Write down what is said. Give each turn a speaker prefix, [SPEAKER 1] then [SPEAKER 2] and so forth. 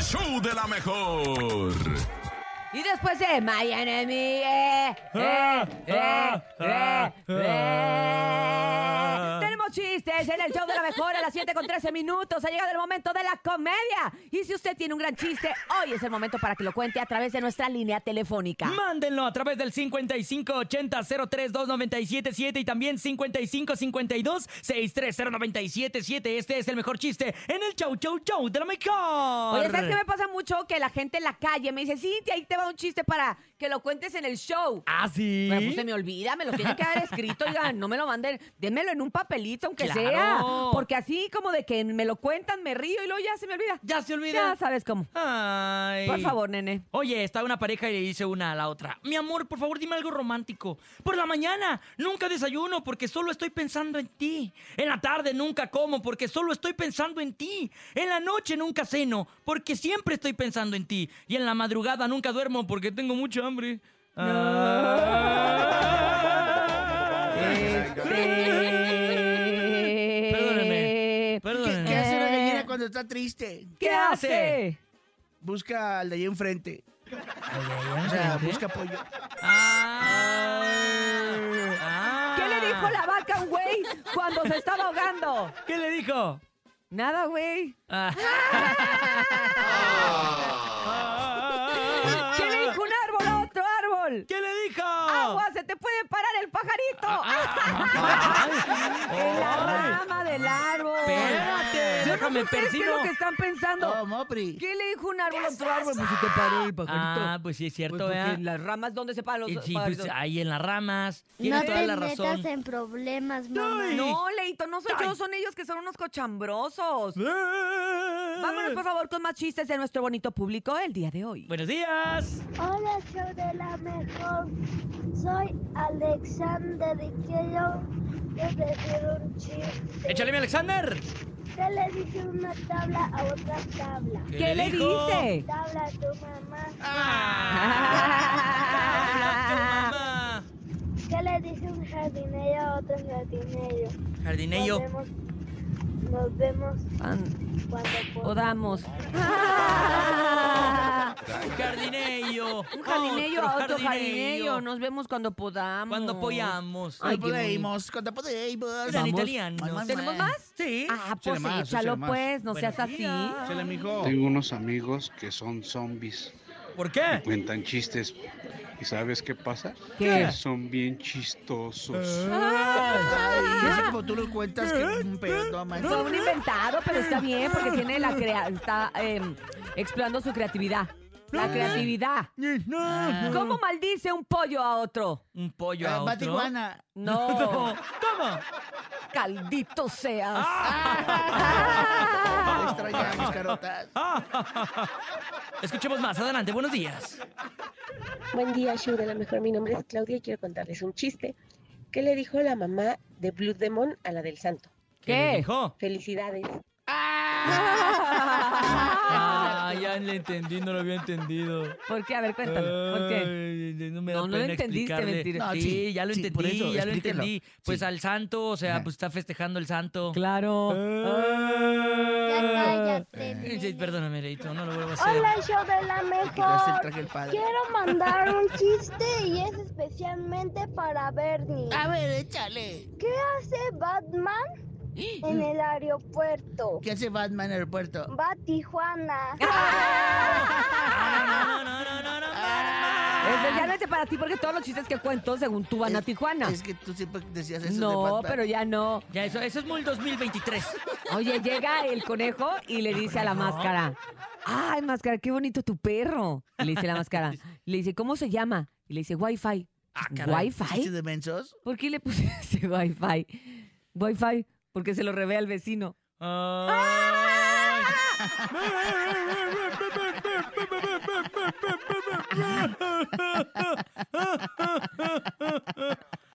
[SPEAKER 1] show de la mejor.
[SPEAKER 2] Y después de My Enemy. eh, eh, eh, eh,
[SPEAKER 3] Ah.
[SPEAKER 2] eh. Tenemos chistes en el show de la mejor a las 7 con 13 minutos. Ha llegado el momento de la comedia. Y si usted tiene un gran chiste, hoy es el momento para que lo cuente a través de nuestra línea telefónica.
[SPEAKER 3] Mándenlo a través del 5580-032977 y también 5552-630977. Este es el mejor chiste en el Chau Chau Chau de la mejor.
[SPEAKER 2] Oye, ¿sabes qué me pasa mucho? Que la gente en la calle me dice, Cintia, ahí te va un chiste para que lo cuentes en el show.
[SPEAKER 3] Ah, sí.
[SPEAKER 2] Bueno, pues se me olvida, me lo tienen que dar escrito, oigan, no me lo manden, dénmelo en un papelito, aunque
[SPEAKER 3] Claro.
[SPEAKER 2] sea. Porque así como de que me lo cuentan, me río y luego ya se me olvida.
[SPEAKER 3] Ya se olvida.
[SPEAKER 2] Ya sabes cómo.
[SPEAKER 3] Ay.
[SPEAKER 2] Por favor, nene.
[SPEAKER 3] Oye, está una pareja y le dice una a la otra, mi amor, por favor dime algo romántico. Por la mañana nunca desayuno porque solo estoy pensando en ti. En la tarde nunca como porque solo estoy pensando en ti. En la noche nunca ceno porque siempre estoy pensando en ti. Y en la madrugada nunca duermo porque tengo mucha hambre. Ah.
[SPEAKER 2] Este-
[SPEAKER 3] Perdóname,
[SPEAKER 4] ¿Qué,
[SPEAKER 3] perdóname.
[SPEAKER 4] qué hace una gallina
[SPEAKER 2] Eh.
[SPEAKER 4] cuando está triste?
[SPEAKER 2] ¿Qué hace?
[SPEAKER 4] Busca al de allá enfrente. O sea, busca apoyo.
[SPEAKER 3] Ah.
[SPEAKER 2] ¿Qué le dijo la vaca a un güey cuando se estaba ahogando?
[SPEAKER 3] ¿Qué le dijo?
[SPEAKER 2] Nada, güey.
[SPEAKER 3] Ah.
[SPEAKER 2] ¿Qué le dijo un árbol a otro árbol?
[SPEAKER 3] ¿Qué le dijo?
[SPEAKER 2] ¡Agua! ¡Se te puede parar el pajarito! En la rama del árbol.
[SPEAKER 3] Espérate,
[SPEAKER 2] Yo no
[SPEAKER 3] déjame
[SPEAKER 2] sé ustedes qué es
[SPEAKER 3] persino.
[SPEAKER 2] lo que están pensando.
[SPEAKER 4] Oh, Mopri.
[SPEAKER 2] ¿Qué le dijo un árbol a otro árbol? Pues se te paró el pajarito.
[SPEAKER 3] Ah, pues sí es
[SPEAKER 2] Pues
[SPEAKER 3] cierto,
[SPEAKER 2] porque
[SPEAKER 3] ¿verdad?
[SPEAKER 2] en las ramas, ¿dónde se paran los
[SPEAKER 3] Y sí, pues,
[SPEAKER 2] pajaritos?
[SPEAKER 3] ahí en las ramas. Tiene
[SPEAKER 5] No
[SPEAKER 3] toda
[SPEAKER 5] te
[SPEAKER 3] la
[SPEAKER 5] metas
[SPEAKER 3] razón.
[SPEAKER 5] en problemas, mamá.
[SPEAKER 3] ¡Ay!
[SPEAKER 2] No, Leito, no soy yo, son ellos que son unos cochambrosos. Vámonos, por favor, con más chistes de nuestro bonito público el día de hoy.
[SPEAKER 3] Buenos días.
[SPEAKER 5] Hola, show de la mejor. Soy Alexander y quiero les decir un chiste.
[SPEAKER 3] Échale mi Alexander.
[SPEAKER 5] ¿Qué le dice una tabla a otra tabla?
[SPEAKER 2] ¿Qué, le
[SPEAKER 3] dijo?
[SPEAKER 2] dice?
[SPEAKER 5] Tabla tu mamá.
[SPEAKER 2] Ah.
[SPEAKER 3] Habla tu mamá.
[SPEAKER 5] ¿Qué le dice un jardinero a otro jardinero?
[SPEAKER 3] Jardinello.
[SPEAKER 5] Nos vemos, nos vemos
[SPEAKER 2] An-
[SPEAKER 5] cuando
[SPEAKER 2] O
[SPEAKER 5] podamos.
[SPEAKER 2] damos.
[SPEAKER 3] Jardinello.
[SPEAKER 2] Un jardinello a otro jardinello.
[SPEAKER 3] ¿no?
[SPEAKER 2] Nos vemos cuando podamos.
[SPEAKER 3] Cuando apoyamos.
[SPEAKER 2] Ay,
[SPEAKER 4] Cuando
[SPEAKER 2] qué bonito.
[SPEAKER 4] podemos, cuando podemos.
[SPEAKER 3] Eran italianos.
[SPEAKER 2] ¿Tenemos más?
[SPEAKER 3] Sí.
[SPEAKER 2] Ah,
[SPEAKER 4] Échale
[SPEAKER 2] pues
[SPEAKER 4] más,
[SPEAKER 2] échalo,
[SPEAKER 4] échale más.
[SPEAKER 2] pues. No
[SPEAKER 3] Buenos
[SPEAKER 2] seas así.
[SPEAKER 3] días.
[SPEAKER 4] Échale, mijo.
[SPEAKER 6] Tengo unos amigos que son zombies,
[SPEAKER 3] ¿Por qué?
[SPEAKER 6] cuentan chistes. ¿Y sabes qué pasa?
[SPEAKER 2] ¿Qué?
[SPEAKER 6] Que son bien chistosos.
[SPEAKER 4] Y así como tú lo cuentas, que un pedo, toma.
[SPEAKER 2] Fue un inventado, pero está bien porque tiene la crea está em, explorando su creatividad. La creatividad.
[SPEAKER 3] Ah.
[SPEAKER 2] ¿Cómo maldice un pollo a otro?
[SPEAKER 3] Un pollo a
[SPEAKER 4] Ah, Va
[SPEAKER 3] otro.
[SPEAKER 4] Tijuana.
[SPEAKER 2] No,
[SPEAKER 3] ¿Cómo?
[SPEAKER 2] caldito seas. Ah.
[SPEAKER 4] Te extrañamos, carotas.
[SPEAKER 3] Escuchemos más adelante. Buenos días.
[SPEAKER 7] Buen día, show de la mejor. Mi nombre es Claudia y quiero contarles un chiste. ¿Qué le dijo la mamá de Blue Demon a la del santo?
[SPEAKER 3] le
[SPEAKER 2] ¿Qué?
[SPEAKER 3] dijo?
[SPEAKER 7] Felicidades.
[SPEAKER 3] Ah, ya le entendí, no lo había entendido.
[SPEAKER 2] ¿Por qué? A ver, cuéntame. ¿Por qué?
[SPEAKER 3] Ay, no me da
[SPEAKER 2] No, no lo
[SPEAKER 3] pena
[SPEAKER 2] entendiste,
[SPEAKER 3] explicarle.
[SPEAKER 2] mentira.
[SPEAKER 4] No,
[SPEAKER 3] sí,
[SPEAKER 4] sí,
[SPEAKER 3] ya lo
[SPEAKER 4] sí, por
[SPEAKER 3] entendí,
[SPEAKER 4] eso,
[SPEAKER 3] ya lo
[SPEAKER 4] explícalo.
[SPEAKER 3] entendí. Pues
[SPEAKER 4] Sí.
[SPEAKER 3] al santo, o sea,
[SPEAKER 4] Ajá.
[SPEAKER 3] pues está festejando el santo.
[SPEAKER 2] Claro.
[SPEAKER 5] Ya
[SPEAKER 3] Ah.
[SPEAKER 5] cállate,
[SPEAKER 3] Ay,
[SPEAKER 5] nene.
[SPEAKER 3] Perdóname, Leito, no lo vuelvo a hacer.
[SPEAKER 5] Hola, show de la
[SPEAKER 4] Quitaste el
[SPEAKER 5] mejor.
[SPEAKER 4] traje del padre.
[SPEAKER 5] Quiero mandar un chiste y es especialmente para Bernie.
[SPEAKER 4] A ver, échale.
[SPEAKER 5] ¿Qué hace Batman en el aeropuerto?
[SPEAKER 4] ¿Qué hace Batman en el aeropuerto?
[SPEAKER 5] Va a Tijuana.
[SPEAKER 4] ¡Ah!
[SPEAKER 3] No, no, no, no, no,
[SPEAKER 2] Especialmente para ti, porque todos los chistes que cuento, según tú, van a
[SPEAKER 4] Es-
[SPEAKER 2] Tijuana.
[SPEAKER 4] Es que tú siempre decías eso de
[SPEAKER 2] No,
[SPEAKER 4] Batman.
[SPEAKER 2] pero ya no.
[SPEAKER 3] Ya, eso, eso es muy 2023.
[SPEAKER 2] Oye, llega el conejo y le dice a la
[SPEAKER 3] conejo?
[SPEAKER 2] máscara, ay, máscara, qué bonito tu perro. Y le dice la máscara, le dice, ¿cómo se llama? Y le dice, Wi-Fi.
[SPEAKER 3] Ah, caray.
[SPEAKER 4] ¿Chiste
[SPEAKER 2] ¿Wi-Fi?
[SPEAKER 4] de mensos?
[SPEAKER 2] ¿Por qué le pusiste Wi-Fi? Wi-Fi, porque se lo revea al vecino.
[SPEAKER 3] Ay.